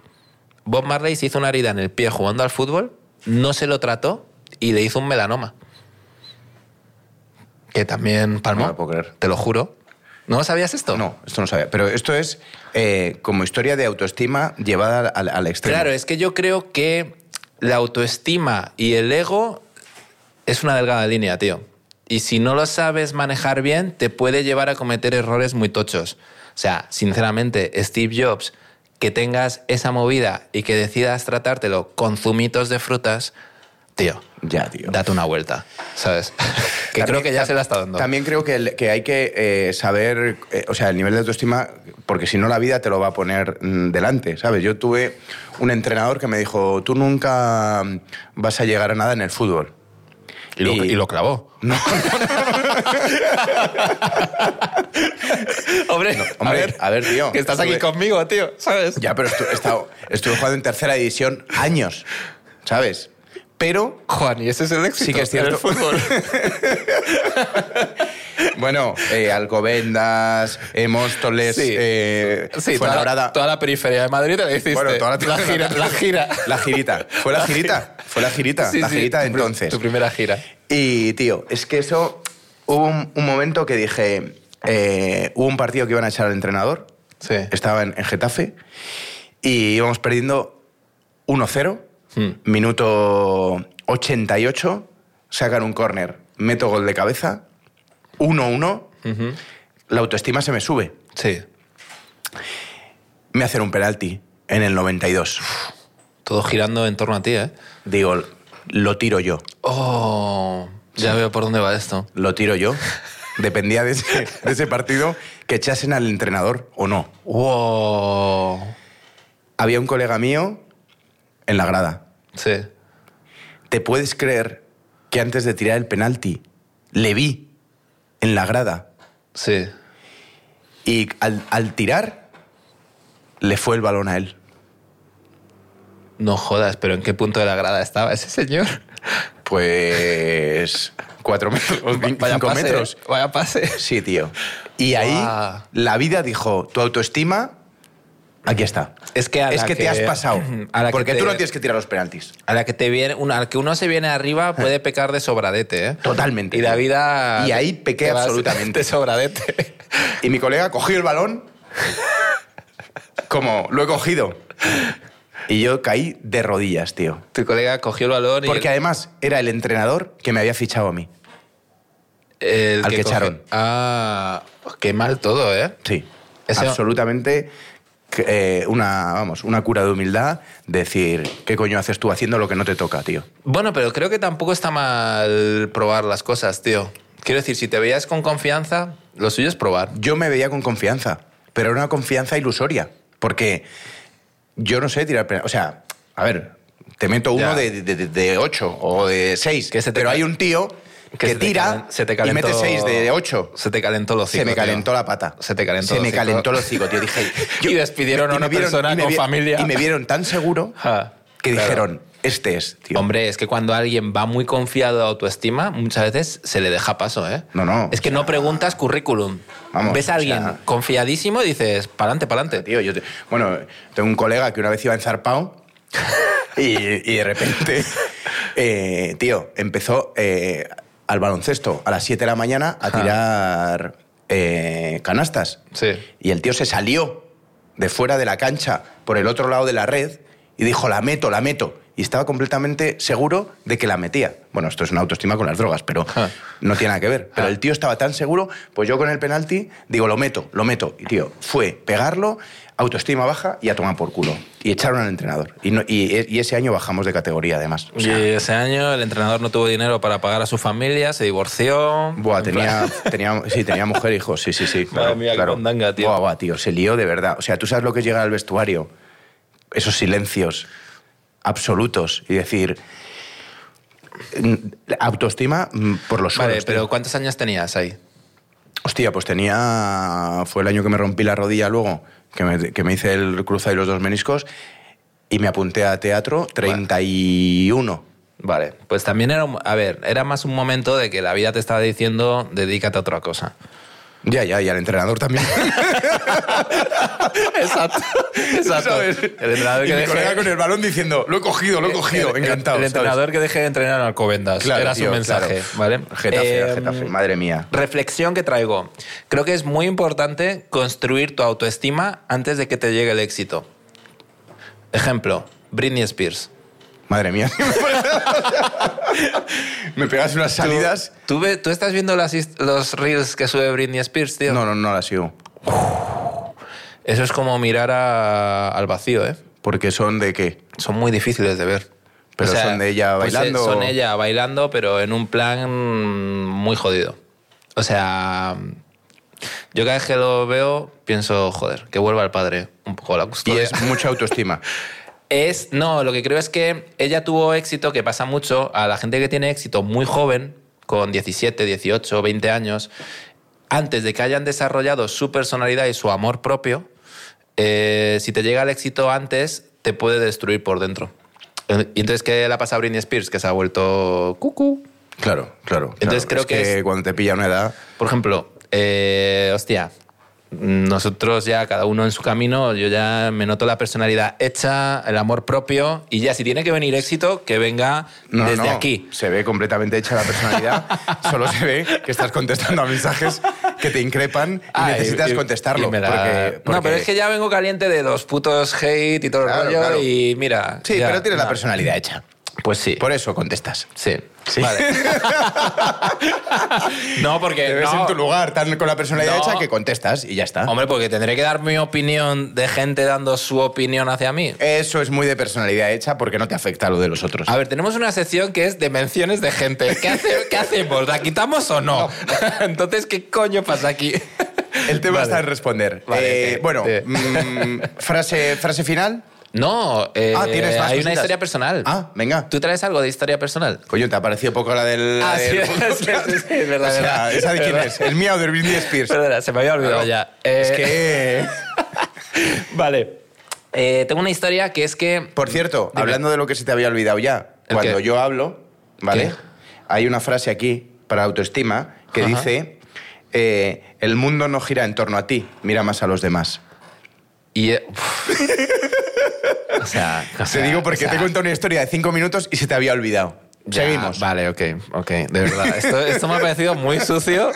[SPEAKER 2] Bob Marley se hizo una herida en el pie jugando al fútbol, no se lo trató y le hizo un melanoma. Que también palmó.
[SPEAKER 1] No lo puedo creer.
[SPEAKER 2] Te lo juro. ¿No sabías esto?
[SPEAKER 1] no, esto no sabía. Pero esto es eh, como historia de autoestima llevada al, al extremo.
[SPEAKER 2] Claro, es que yo creo que la autoestima y el ego es una delgada línea, tío. Y si no lo sabes manejar bien, te puede llevar a cometer errores muy tochos. O sea, sinceramente, Steve Jobs, que tengas esa movida y que decidas tratártelo con zumitos de frutas, tío,
[SPEAKER 1] Ya, tío.
[SPEAKER 2] date una vuelta, ¿sabes? <laughs> que
[SPEAKER 1] También-
[SPEAKER 2] creo que ya
[SPEAKER 1] tam-
[SPEAKER 2] se la está dando.
[SPEAKER 1] También creo que, el- que hay que eh, saber, eh, o sea, el nivel de autoestima, porque si no la vida te lo va a poner mm, delante, ¿sabes? Yo tuve un entrenador que me dijo, tú nunca mm, vas a llegar a nada en el fútbol. <laughs>
[SPEAKER 2] y, lo,
[SPEAKER 1] y-
[SPEAKER 2] y lo clavó. <laughs>
[SPEAKER 1] No,
[SPEAKER 2] Hombre,
[SPEAKER 1] hombre, a ver, tío,
[SPEAKER 2] Que estás aquí
[SPEAKER 1] estuve-
[SPEAKER 2] conmigo, tío, ¿sabes?
[SPEAKER 1] ya, pero estu- he estado- estuve jugando en tercera división años, ¿sabes? Pero
[SPEAKER 2] Juan, y ese es el éxito
[SPEAKER 1] Sí que es
[SPEAKER 2] en el
[SPEAKER 1] cierto.
[SPEAKER 2] <laughs> fútbol.
[SPEAKER 1] Bueno, eh, Alcobendas, eh, Móstoles,
[SPEAKER 2] Sí.
[SPEAKER 1] eh,
[SPEAKER 2] Sí, toda la,
[SPEAKER 1] Fuenlabrada.
[SPEAKER 2] toda la periferia de Madrid te la hiciste.
[SPEAKER 1] Bueno, toda
[SPEAKER 2] la, gira. <laughs> La gira.
[SPEAKER 1] La girita. Fue
[SPEAKER 2] <laughs>
[SPEAKER 1] la girita. Fue la girita.
[SPEAKER 2] Sí,
[SPEAKER 1] la
[SPEAKER 2] sí,
[SPEAKER 1] girita de
[SPEAKER 2] tu pri-
[SPEAKER 1] entonces.
[SPEAKER 2] Tu primera gira.
[SPEAKER 1] Y, tío, es que eso. Hubo un, un momento que dije. eh, hubo un partido que iban a echar al entrenador.
[SPEAKER 2] Sí.
[SPEAKER 1] Estaba en, en Getafe. Y íbamos perdiendo 1-0.
[SPEAKER 2] Hmm.
[SPEAKER 1] Minuto 88. Sacan un córner. Meto gol de cabeza. 1-1.
[SPEAKER 2] Ujú.
[SPEAKER 1] La autoestima se me sube.
[SPEAKER 2] Sí.
[SPEAKER 1] Me hacen un penalti en el 92.
[SPEAKER 2] Todo girando en torno a ti, ¿eh?
[SPEAKER 1] Digo, lo tiro yo.
[SPEAKER 2] Oh, ya veo por dónde va esto.
[SPEAKER 1] Lo tiro yo. Dependía de ese, de ese partido que echasen al entrenador o no.
[SPEAKER 2] Wow.
[SPEAKER 1] Había un colega mío en la grada.
[SPEAKER 2] Sí.
[SPEAKER 1] ¿Te puedes creer que antes de tirar el penalti le vi en la grada?
[SPEAKER 2] Sí.
[SPEAKER 1] Y al, al tirar, le fue el balón a él.
[SPEAKER 2] No jodas, pero ¿en qué punto de la grada estaba ese <laughs> señor?
[SPEAKER 1] Pues. cuatro metros. o cin-
[SPEAKER 2] <laughs> Vaya
[SPEAKER 1] cinco
[SPEAKER 2] pase,
[SPEAKER 1] metros.
[SPEAKER 2] ¿eh? Vaya pase.
[SPEAKER 1] Sí, tío. Y ahí
[SPEAKER 2] Guau.
[SPEAKER 1] la vida dijo: tu autoestima, aquí está.
[SPEAKER 2] Es que, a
[SPEAKER 1] es
[SPEAKER 2] la
[SPEAKER 1] que, te has pasado.
[SPEAKER 2] <clears throat> a la que
[SPEAKER 1] Porque
[SPEAKER 2] te-
[SPEAKER 1] tú no tienes que tirar los penaltis.
[SPEAKER 2] A la que te viene, una- al que uno se viene arriba puede pecar de sobradete, ¿eh?
[SPEAKER 1] Totalmente.
[SPEAKER 2] Y la vida.
[SPEAKER 1] Y ahí pequé
[SPEAKER 2] te vas
[SPEAKER 1] absolutamente.
[SPEAKER 2] <laughs> De sobradete.
[SPEAKER 1] Y mi colega cogió el balón como lo he cogido. Y yo caí de rodillas, tío.
[SPEAKER 2] Tu colega cogió el balón y.
[SPEAKER 1] Porque además era el entrenador que me había fichado a mí.
[SPEAKER 2] el
[SPEAKER 1] al que
[SPEAKER 2] cogió-
[SPEAKER 1] echaron. Pues
[SPEAKER 2] Ah, qué mal todo, ¿eh?
[SPEAKER 1] Sí.
[SPEAKER 2] Ese-
[SPEAKER 1] Absolutamente eh, una, vamos, una cura de humildad. Decir, ¿qué coño haces tú haciendo lo que no te toca, tío?
[SPEAKER 2] Bueno, pero creo que tampoco está mal probar las cosas, tío. Quiero decir, si te veías con confianza, lo suyo es probar.
[SPEAKER 1] Yo me veía con confianza, pero era una confianza ilusoria. Porque yo no sé tirar penal. O sea, a ver, te meto uno
[SPEAKER 2] Ya.
[SPEAKER 1] de, de, de- de ocho o de seis.
[SPEAKER 2] Que se te
[SPEAKER 1] pero
[SPEAKER 2] cal-
[SPEAKER 1] hay un tío que,
[SPEAKER 2] se te
[SPEAKER 1] tira
[SPEAKER 2] calen- se te
[SPEAKER 1] y
[SPEAKER 2] calentó-
[SPEAKER 1] mete seis de ocho.
[SPEAKER 2] Se te calentó los
[SPEAKER 1] Se me calentó la pata.
[SPEAKER 2] Se te calentó
[SPEAKER 1] Se
[SPEAKER 2] el
[SPEAKER 1] me
[SPEAKER 2] hocico.
[SPEAKER 1] calentó el hocico, tío.
[SPEAKER 2] <laughs>
[SPEAKER 1] Dije,
[SPEAKER 2] Y despidieron a
[SPEAKER 1] me
[SPEAKER 2] una persona
[SPEAKER 1] y me
[SPEAKER 2] con
[SPEAKER 1] vi-
[SPEAKER 2] familia.
[SPEAKER 1] Y me vieron tan seguro que dijeron, este es, tío.
[SPEAKER 2] Hombre, es que cuando alguien va muy confiado de autoestima, muchas veces se le deja paso, ¿eh?
[SPEAKER 1] No, no,
[SPEAKER 2] Es que
[SPEAKER 1] o
[SPEAKER 2] no preguntas currículum.
[SPEAKER 1] Vamos,
[SPEAKER 2] Ves a
[SPEAKER 1] o
[SPEAKER 2] alguien
[SPEAKER 1] sea-
[SPEAKER 2] confiadísimo y dices, pa'lante, pa'lante.
[SPEAKER 1] Tío, yo te- bueno, tengo un colega que una vez iba en Zarpao <laughs> y, y de repente, eh, tío, empezó eh, al baloncesto a las 7 de la mañana a
[SPEAKER 2] Ajá.
[SPEAKER 1] tirar eh, canastas.
[SPEAKER 2] Sí.
[SPEAKER 1] Y el tío se salió de fuera de la cancha por el otro lado de la red y dijo, la meto, la meto. y estaba completamente seguro de que la metía. Bueno, esto es una autoestima con las drogas, pero
[SPEAKER 2] Ah.
[SPEAKER 1] no tiene nada que ver. Pero
[SPEAKER 2] Ah.
[SPEAKER 1] el tío estaba tan seguro, pues yo con el penalti digo, lo meto, lo meto. Y tío, fue pegarlo, autoestima baja y a tomar por culo. Y echaron al entrenador. Y, no- y- y ese año bajamos de categoría, además. O
[SPEAKER 2] Y
[SPEAKER 1] sea,
[SPEAKER 2] ese año el entrenador no tuvo dinero para pagar a su familia, se divorció.
[SPEAKER 1] Buah,
[SPEAKER 2] En
[SPEAKER 1] tenía,
[SPEAKER 2] plan- <laughs>
[SPEAKER 1] tenía, sí, tenía mujer e hijos, sí, sí, sí. claro,
[SPEAKER 2] mía, qué
[SPEAKER 1] claro.
[SPEAKER 2] mondanga, tío.
[SPEAKER 1] Buah, buah, tío, se lió de verdad. O sea, tú sabes lo que llega al vestuario, esos silencios absolutos y decir, mm, autoestima mm, por los suelos.
[SPEAKER 2] Vale, pero
[SPEAKER 1] tío.
[SPEAKER 2] ¿cuántos años tenías ahí?
[SPEAKER 1] Hostia, pues tenía, fue el año que me rompí la rodilla luego, que me, que me hice el cruzado y los dos meniscos, y me apunté a teatro 31.
[SPEAKER 2] Vale, pues también era, un- a ver, era más un momento de que la vida te estaba diciendo, dedícate a otra cosa.
[SPEAKER 1] Ya, ya, y al entrenador también. <laughs>
[SPEAKER 2] Exacto, exacto.
[SPEAKER 1] ¿Sabes?
[SPEAKER 2] El entrenador
[SPEAKER 1] Y
[SPEAKER 2] que
[SPEAKER 1] mi colega
[SPEAKER 2] deje,
[SPEAKER 1] con el balón diciendo, lo he cogido, lo he cogido,
[SPEAKER 2] el- el-
[SPEAKER 1] encantado.
[SPEAKER 2] El,
[SPEAKER 1] ¿sabes?
[SPEAKER 2] entrenador que deje de entrenar al Covendas.
[SPEAKER 1] Claro,
[SPEAKER 2] era
[SPEAKER 1] tío,
[SPEAKER 2] su mensaje,
[SPEAKER 1] claro.
[SPEAKER 2] ¿vale?
[SPEAKER 1] Getafe,
[SPEAKER 2] Eh,
[SPEAKER 1] Getafe, madre mía.
[SPEAKER 2] Reflexión que traigo. Creo que es muy importante construir tu autoestima antes de que te llegue el éxito. Ejemplo, Britney Spears.
[SPEAKER 1] Madre mía. <laughs> me pegas unas salidas.
[SPEAKER 2] ¿Tú, ve- tú estás viendo las hist- los reels que sube Britney Spears, tío?
[SPEAKER 1] No, no, no la sigo.
[SPEAKER 2] Eso es como mirar a- al vacío, ¿eh?
[SPEAKER 1] Porque son de qué.
[SPEAKER 2] Son muy difíciles de ver.
[SPEAKER 1] Pero son de ella
[SPEAKER 2] pues, eh,
[SPEAKER 1] bailando.
[SPEAKER 2] son ella bailando, pero en un plan muy jodido. O sea, yo cada vez que lo veo pienso, joder, que vuelva el padre un poco a la
[SPEAKER 1] Y
[SPEAKER 2] custodia.
[SPEAKER 1] es mucha
[SPEAKER 2] <laughs>
[SPEAKER 1] autoestima.
[SPEAKER 2] Es, no, lo que creo es que ella tuvo éxito, que pasa mucho a la gente que tiene éxito muy joven, con 17, 18, 20 años, antes de que hayan desarrollado su personalidad y su amor propio, eh, si te llega el éxito antes, te puede destruir por dentro. Eh, Y entonces, ¿qué le ha pasado a Britney Spears? Que se ha vuelto cucú.
[SPEAKER 1] Claro, claro.
[SPEAKER 2] Entonces
[SPEAKER 1] claro.
[SPEAKER 2] creo que es-
[SPEAKER 1] cuando te pilla una edad.
[SPEAKER 2] Por ejemplo, eh, hostia, nosotros ya, cada uno en su camino, yo ya me noto la personalidad hecha, el amor propio, y ya si tiene que venir éxito, que venga
[SPEAKER 1] No,
[SPEAKER 2] desde
[SPEAKER 1] no,
[SPEAKER 2] aquí.
[SPEAKER 1] Se ve completamente hecha la personalidad.
[SPEAKER 2] <laughs>
[SPEAKER 1] Solo se ve que estás contestando a mensajes que te increpan y
[SPEAKER 2] Ah,
[SPEAKER 1] necesitas
[SPEAKER 2] y- y-
[SPEAKER 1] contestarlo.
[SPEAKER 2] y me da-
[SPEAKER 1] porque-
[SPEAKER 2] No, pero
[SPEAKER 1] porque-
[SPEAKER 2] es que ya vengo caliente de los putos hate y todo
[SPEAKER 1] Claro,
[SPEAKER 2] el rollo,
[SPEAKER 1] claro.
[SPEAKER 2] y mira.
[SPEAKER 1] Sí,
[SPEAKER 2] ya,
[SPEAKER 1] pero tienes la
[SPEAKER 2] no.
[SPEAKER 1] personalidad hecha.
[SPEAKER 2] Pues sí.
[SPEAKER 1] Por eso contestas.
[SPEAKER 2] Sí.
[SPEAKER 1] <laughs>
[SPEAKER 2] Vale. no, porque.
[SPEAKER 1] Te ves
[SPEAKER 2] Eh, no.
[SPEAKER 1] en tu lugar, tan con la personalidad
[SPEAKER 2] No.
[SPEAKER 1] hecha que contestas y ya está.
[SPEAKER 2] Hombre, porque tendré que dar mi opinión de gente dando su opinión hacia mí.
[SPEAKER 1] Eso es muy de personalidad hecha porque no te afecta lo de los otros.
[SPEAKER 2] A ver, tenemos una sección que es de menciones de gente. ¿Qué, hace- qué hacemos? ¿La quitamos o no? <laughs> Entonces, ¿qué coño pasa aquí?
[SPEAKER 1] El tema
[SPEAKER 2] Vale.
[SPEAKER 1] está en responder.
[SPEAKER 2] Vale,
[SPEAKER 1] Eh,
[SPEAKER 2] te-
[SPEAKER 1] bueno,
[SPEAKER 2] te-
[SPEAKER 1] mm, frase, frase final.
[SPEAKER 2] No, eh,
[SPEAKER 1] Ah, tienes más
[SPEAKER 2] hay una
[SPEAKER 1] cositas.
[SPEAKER 2] historia personal.
[SPEAKER 1] Ah, venga.
[SPEAKER 2] ¿Tú traes algo de historia personal?
[SPEAKER 1] Coño, te ha parecido poco la del. <laughs> la
[SPEAKER 2] Ah, <laughs> sí,
[SPEAKER 1] del-
[SPEAKER 2] sí, sí, sí, es verdad,
[SPEAKER 1] O sea,
[SPEAKER 2] verdad.
[SPEAKER 1] ¿esa de quién
[SPEAKER 2] Verdad.
[SPEAKER 1] es? ¿El mío o de Britney Spears?
[SPEAKER 2] Perdona, se me había olvidado
[SPEAKER 1] Claro.
[SPEAKER 2] ya.
[SPEAKER 1] Es
[SPEAKER 2] Eh,
[SPEAKER 1] que.
[SPEAKER 2] <laughs> Vale. Eh, tengo una historia que es que...
[SPEAKER 1] Por cierto,
[SPEAKER 2] Dime.
[SPEAKER 1] hablando de lo que se te había olvidado ya,
[SPEAKER 2] ¿El
[SPEAKER 1] cuando
[SPEAKER 2] qué?
[SPEAKER 1] yo hablo, ¿vale?
[SPEAKER 2] ¿Qué?
[SPEAKER 1] Hay una frase aquí para autoestima que
[SPEAKER 2] Ajá.
[SPEAKER 1] dice: eh, El mundo no gira en torno a ti, mira más a los demás.
[SPEAKER 2] Y, eh, uf. <laughs> o sea, o
[SPEAKER 1] Te
[SPEAKER 2] sea,
[SPEAKER 1] digo
[SPEAKER 2] o
[SPEAKER 1] porque
[SPEAKER 2] sea,
[SPEAKER 1] te he contado una historia de cinco minutos y se te había olvidado.
[SPEAKER 2] Ya,
[SPEAKER 1] Seguimos.
[SPEAKER 2] Vale, ok, ok, de verdad. Esto, esto me ha parecido muy sucio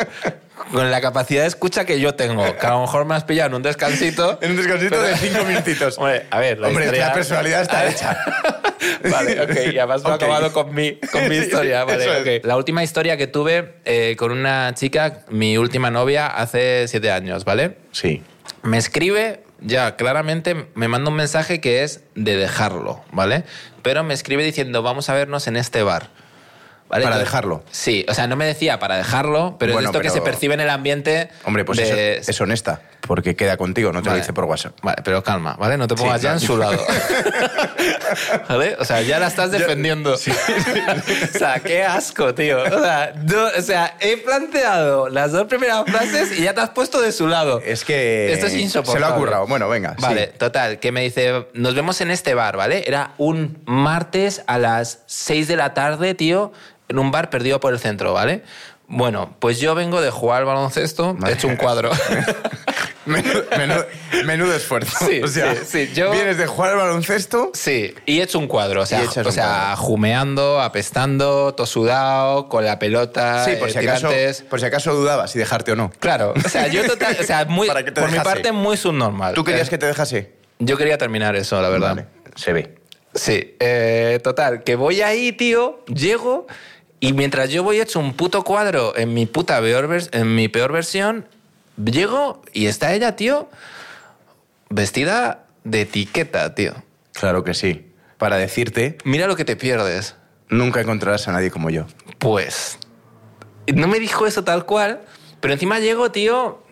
[SPEAKER 2] con la capacidad de escucha que yo tengo. Que a lo mejor me has pillado en un descansito.
[SPEAKER 1] En un descansito de cinco minutitos.
[SPEAKER 2] <laughs> Hombre, a ver, la
[SPEAKER 1] Hombre,
[SPEAKER 2] historia-
[SPEAKER 1] la personalidad está
[SPEAKER 2] <laughs>
[SPEAKER 1] hecha.
[SPEAKER 2] <laughs> Vale, ok, y además me ha
[SPEAKER 1] Ok.
[SPEAKER 2] acabado con mi, con mi <laughs>
[SPEAKER 1] Sí, sí,
[SPEAKER 2] historia. Vale,
[SPEAKER 1] eso es.
[SPEAKER 2] ok. La última historia que tuve eh, con una chica, mi última novia, hace siete años, ¿vale?
[SPEAKER 1] Sí.
[SPEAKER 2] me escribe, ya claramente me manda un mensaje que es de dejarlo, ¿vale? Pero me escribe diciendo, vamos a vernos en este bar. ¿Vale?
[SPEAKER 1] Para dejarlo.
[SPEAKER 2] Sí, o sea, no me decía para dejarlo, pero
[SPEAKER 1] Bueno,
[SPEAKER 2] es esto
[SPEAKER 1] pero-
[SPEAKER 2] que se percibe en el ambiente.
[SPEAKER 1] Hombre, pues
[SPEAKER 2] de-
[SPEAKER 1] eso es honesta, porque queda contigo, no te
[SPEAKER 2] Vale.
[SPEAKER 1] lo dice por WhatsApp.
[SPEAKER 2] Vale, pero calma, ¿vale? No te
[SPEAKER 1] Sí,
[SPEAKER 2] pongas ya
[SPEAKER 1] no.
[SPEAKER 2] en
[SPEAKER 1] <laughs>
[SPEAKER 2] su lado. ¿Vale? O sea, ya la estás defendiendo. <laughs> o sea, qué asco, tío. O sea, no- o sea, he planteado las dos primeras frases y ya te has puesto de su lado.
[SPEAKER 1] Es que
[SPEAKER 2] Esto es
[SPEAKER 1] se
[SPEAKER 2] insoportable.
[SPEAKER 1] lo ha currado. Bueno, venga. sí.
[SPEAKER 2] Vale, total, que me dice, nos vemos en este bar, ¿vale? Era un martes a las 6 de la tarde, tío, en un bar perdido por el centro, ¿vale? Bueno, pues yo vengo de jugar al baloncesto, he
[SPEAKER 1] Madre
[SPEAKER 2] hecho un
[SPEAKER 1] mía.
[SPEAKER 2] cuadro.
[SPEAKER 1] Menudo, menudo- menudo esfuerzo.
[SPEAKER 2] Sí,
[SPEAKER 1] o sea,
[SPEAKER 2] sí, sí, yo-
[SPEAKER 1] vienes de jugar al baloncesto.
[SPEAKER 2] <laughs> Sí, y he hecho un cuadro, o sea,
[SPEAKER 1] Y echas
[SPEAKER 2] o
[SPEAKER 1] un
[SPEAKER 2] sea,
[SPEAKER 1] cuadro.
[SPEAKER 2] jumeando, apestando, todo sudado, con la pelota,
[SPEAKER 1] Sí, por
[SPEAKER 2] eh,
[SPEAKER 1] si, acaso,
[SPEAKER 2] tirantes.
[SPEAKER 1] por si acaso dudabas si dejarte o no.
[SPEAKER 2] Claro, o sea, yo total, o sea,
[SPEAKER 1] <laughs>
[SPEAKER 2] muy,
[SPEAKER 1] Para que te
[SPEAKER 2] por mi
[SPEAKER 1] dejase.
[SPEAKER 2] parte muy subnormal.
[SPEAKER 1] ¿Tú querías
[SPEAKER 2] Eh,
[SPEAKER 1] que te dejase?
[SPEAKER 2] Yo quería terminar eso, la verdad.
[SPEAKER 1] Vale, se ve.
[SPEAKER 2] Sí, eh, total, que voy ahí, tío, llego y mientras yo voy hecho un puto cuadro en mi puta peor, vers- en mi peor versión, llego y está ella, tío, vestida de etiqueta, tío.
[SPEAKER 1] Claro que sí. Para decirte,
[SPEAKER 2] Mira lo que te pierdes.
[SPEAKER 1] nunca encontrarás a nadie como yo.
[SPEAKER 2] Pues no me dijo eso tal cual, pero encima llego, tío,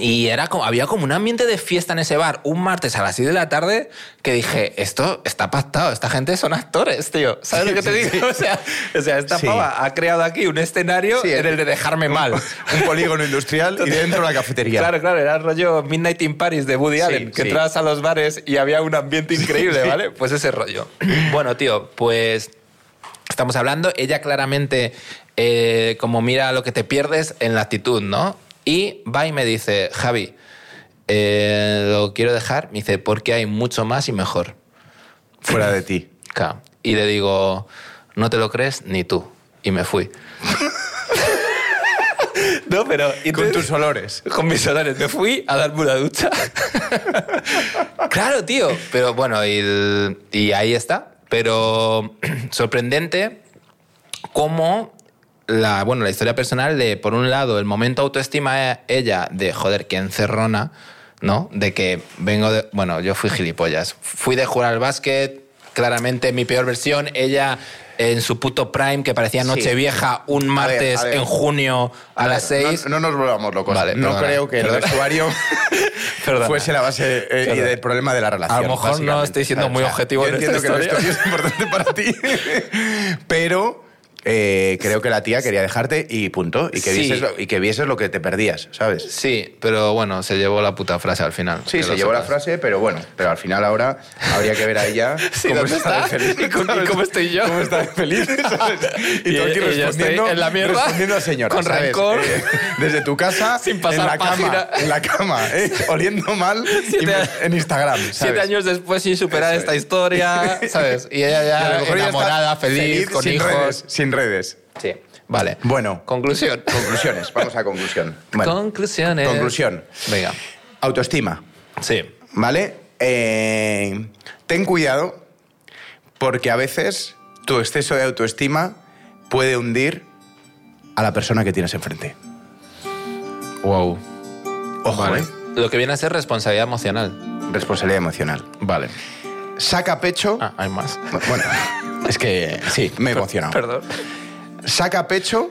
[SPEAKER 2] y era como, había como un ambiente de fiesta en ese bar un martes a las 6 de la tarde que dije, esto está pactado, esta gente son actores, tío. ¿Sabes lo que te
[SPEAKER 1] Sí, sí,
[SPEAKER 2] digo? <laughs> O, sea, o sea, esta
[SPEAKER 1] Sí.
[SPEAKER 2] pava ha creado aquí un escenario
[SPEAKER 1] Sí,
[SPEAKER 2] en
[SPEAKER 1] el-
[SPEAKER 2] el de dejarme mal.
[SPEAKER 1] Un polígono industrial y dentro la cafetería.
[SPEAKER 2] <laughs> Claro, claro, era el rollo Midnight in Paris de Woody
[SPEAKER 1] Sí,
[SPEAKER 2] Allen, que
[SPEAKER 1] sí.
[SPEAKER 2] entrabas a los bares y había un ambiente increíble, ¿vale? Pues ese rollo. <clears throat> Bueno, tío, pues estamos hablando. Ella claramente, eh, como mira lo que te pierdes en la actitud, ¿no? Y va y me dice, Javi, eh, lo quiero dejar. Me dice, porque hay mucho más y mejor.
[SPEAKER 1] Fuera de ti.
[SPEAKER 2] Claro. Y le digo, no te lo crees ni tú. Y me fui. no, pero... y
[SPEAKER 1] Con
[SPEAKER 2] entonces-
[SPEAKER 1] tus olores.
[SPEAKER 2] Pues, con mis solares. Me fui a darme una <laughs> ducha. claro, tío. Pero bueno, y, el- y ahí está. Pero <clears throat> sorprendente cómo la, bueno, la historia personal de, por un lado, el momento autoestima e- ella de, joder, que encerrona, ¿no? De que vengo de... Bueno, yo fui gilipollas. Fui de jugar al básquet, claramente mi peor versión. Ella en su puto prime, que parecía
[SPEAKER 1] Sí.
[SPEAKER 2] Nochevieja,
[SPEAKER 1] A
[SPEAKER 2] un
[SPEAKER 1] ver, a
[SPEAKER 2] martes
[SPEAKER 1] ver.
[SPEAKER 2] en junio a, las
[SPEAKER 1] Claro,
[SPEAKER 2] 6.
[SPEAKER 1] No, no nos volvamos locos.
[SPEAKER 2] Vale,
[SPEAKER 1] no
[SPEAKER 2] perdona,
[SPEAKER 1] creo que el
[SPEAKER 2] perdona.
[SPEAKER 1] vestuario
[SPEAKER 2] <laughs> Perdona.
[SPEAKER 1] fuese la base eh, y
[SPEAKER 2] Perdona.
[SPEAKER 1] del problema de la relación.
[SPEAKER 2] A lo mejor no
[SPEAKER 1] básicamente.
[SPEAKER 2] estoy siendo muy objetivo
[SPEAKER 1] yo
[SPEAKER 2] en este
[SPEAKER 1] entiendo
[SPEAKER 2] esta
[SPEAKER 1] que
[SPEAKER 2] historia.
[SPEAKER 1] el vestuario es importante para ti, <laughs> pero eh, creo que la tía quería dejarte y punto. Y que,
[SPEAKER 2] Sí.
[SPEAKER 1] vieses lo, y que vieses lo que te perdías, ¿sabes?
[SPEAKER 2] Sí, pero bueno, se llevó la puta frase al final.
[SPEAKER 1] Sí,
[SPEAKER 2] que
[SPEAKER 1] se
[SPEAKER 2] lo
[SPEAKER 1] llevó la
[SPEAKER 2] sepas.
[SPEAKER 1] frase, pero bueno, pero al final ahora habría que ver a ella
[SPEAKER 2] <laughs> Sí, ¿dónde está?
[SPEAKER 1] de feliz,
[SPEAKER 2] <laughs> ¿Y con- y
[SPEAKER 1] ¿sabes?
[SPEAKER 2] cómo estoy yo?
[SPEAKER 1] ¿Cómo está de
[SPEAKER 2] <laughs>
[SPEAKER 1] feliz? ¿sabes? Y,
[SPEAKER 2] Y-
[SPEAKER 1] tú aquí
[SPEAKER 2] y yo estoy
[SPEAKER 1] respondiendo,
[SPEAKER 2] en la mierda,
[SPEAKER 1] respondiendo a señora,
[SPEAKER 2] con
[SPEAKER 1] ¿sabes?
[SPEAKER 2] rencor.
[SPEAKER 1] Eh, desde tu casa,
[SPEAKER 2] <laughs> Sin pasar
[SPEAKER 1] en la
[SPEAKER 2] página.
[SPEAKER 1] cama, en la cama,
[SPEAKER 2] <laughs>
[SPEAKER 1] eh, oliendo mal
[SPEAKER 2] Siete
[SPEAKER 1] y me-
[SPEAKER 2] años-
[SPEAKER 1] en Instagram, ¿sabes?
[SPEAKER 2] Siete años después sin superar
[SPEAKER 1] Eso
[SPEAKER 2] esta
[SPEAKER 1] es.
[SPEAKER 2] historia,
[SPEAKER 1] <laughs>
[SPEAKER 2] ¿sabes? Y ella
[SPEAKER 1] Y a lo
[SPEAKER 2] ya
[SPEAKER 1] mejor ella está
[SPEAKER 2] enamorada, feliz, con
[SPEAKER 1] sin
[SPEAKER 2] hijos.
[SPEAKER 1] redes, sin redes.
[SPEAKER 2] Sí, vale.
[SPEAKER 1] Bueno.
[SPEAKER 2] Conclusión.
[SPEAKER 1] Conclusiones, vamos a conclusión. Bueno,
[SPEAKER 2] Conclusiones.
[SPEAKER 1] conclusión.
[SPEAKER 2] Venga.
[SPEAKER 1] Autoestima.
[SPEAKER 2] Sí.
[SPEAKER 1] ¿Vale? Eh, ten cuidado porque a veces tu exceso de autoestima puede hundir a la persona que tienes enfrente.
[SPEAKER 2] Wow.
[SPEAKER 1] Ojo,
[SPEAKER 2] Vale.
[SPEAKER 1] ¿eh?
[SPEAKER 2] Lo que viene a ser responsabilidad emocional.
[SPEAKER 1] Responsabilidad emocional.
[SPEAKER 2] Vale.
[SPEAKER 1] Saca pecho.
[SPEAKER 2] Ah, hay más. <laughs>
[SPEAKER 1] Bueno, es que sí, me he emocionado.
[SPEAKER 2] Perdón.
[SPEAKER 1] Saca pecho,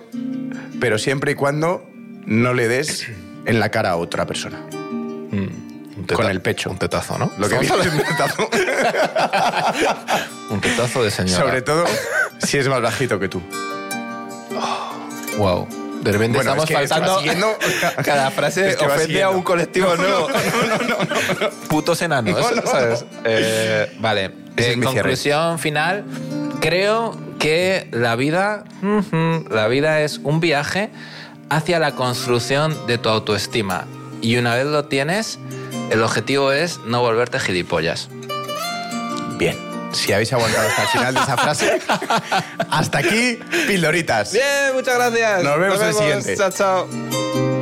[SPEAKER 1] pero siempre y cuando no le des en la cara a otra persona. Con el
[SPEAKER 2] pecho. Un tetazo, ¿no?
[SPEAKER 1] Lo que
[SPEAKER 2] Estamos
[SPEAKER 1] viene tetazo.
[SPEAKER 2] hablando- Un tetazo de <laughs> señora.
[SPEAKER 1] Sobre todo si es más bajito que tú.
[SPEAKER 2] Wow. De repente
[SPEAKER 1] Bueno,
[SPEAKER 2] estamos
[SPEAKER 1] es que esto va
[SPEAKER 2] faltando.
[SPEAKER 1] siguiendo, o sea,
[SPEAKER 2] <laughs> cada frase
[SPEAKER 1] es que va
[SPEAKER 2] ofende
[SPEAKER 1] siguiendo.
[SPEAKER 2] a un colectivo nuevo. Putos enanos,
[SPEAKER 1] No, no.
[SPEAKER 2] ¿sabes? Eh, vale.
[SPEAKER 1] Ese
[SPEAKER 2] Eh,
[SPEAKER 1] es mi cierre.
[SPEAKER 2] conclusión final. Creo que la vida, ujú, la vida es un viaje hacia la construcción de tu autoestima. Y una vez lo tienes, el objetivo es no volverte gilipollas.
[SPEAKER 1] Bien. Si habéis aguantado hasta el final de esa frase,
[SPEAKER 2] <laughs>
[SPEAKER 1] hasta aquí, pildoritas.
[SPEAKER 2] Bien, muchas gracias.
[SPEAKER 1] Nos vemos en el siguiente.
[SPEAKER 2] chao.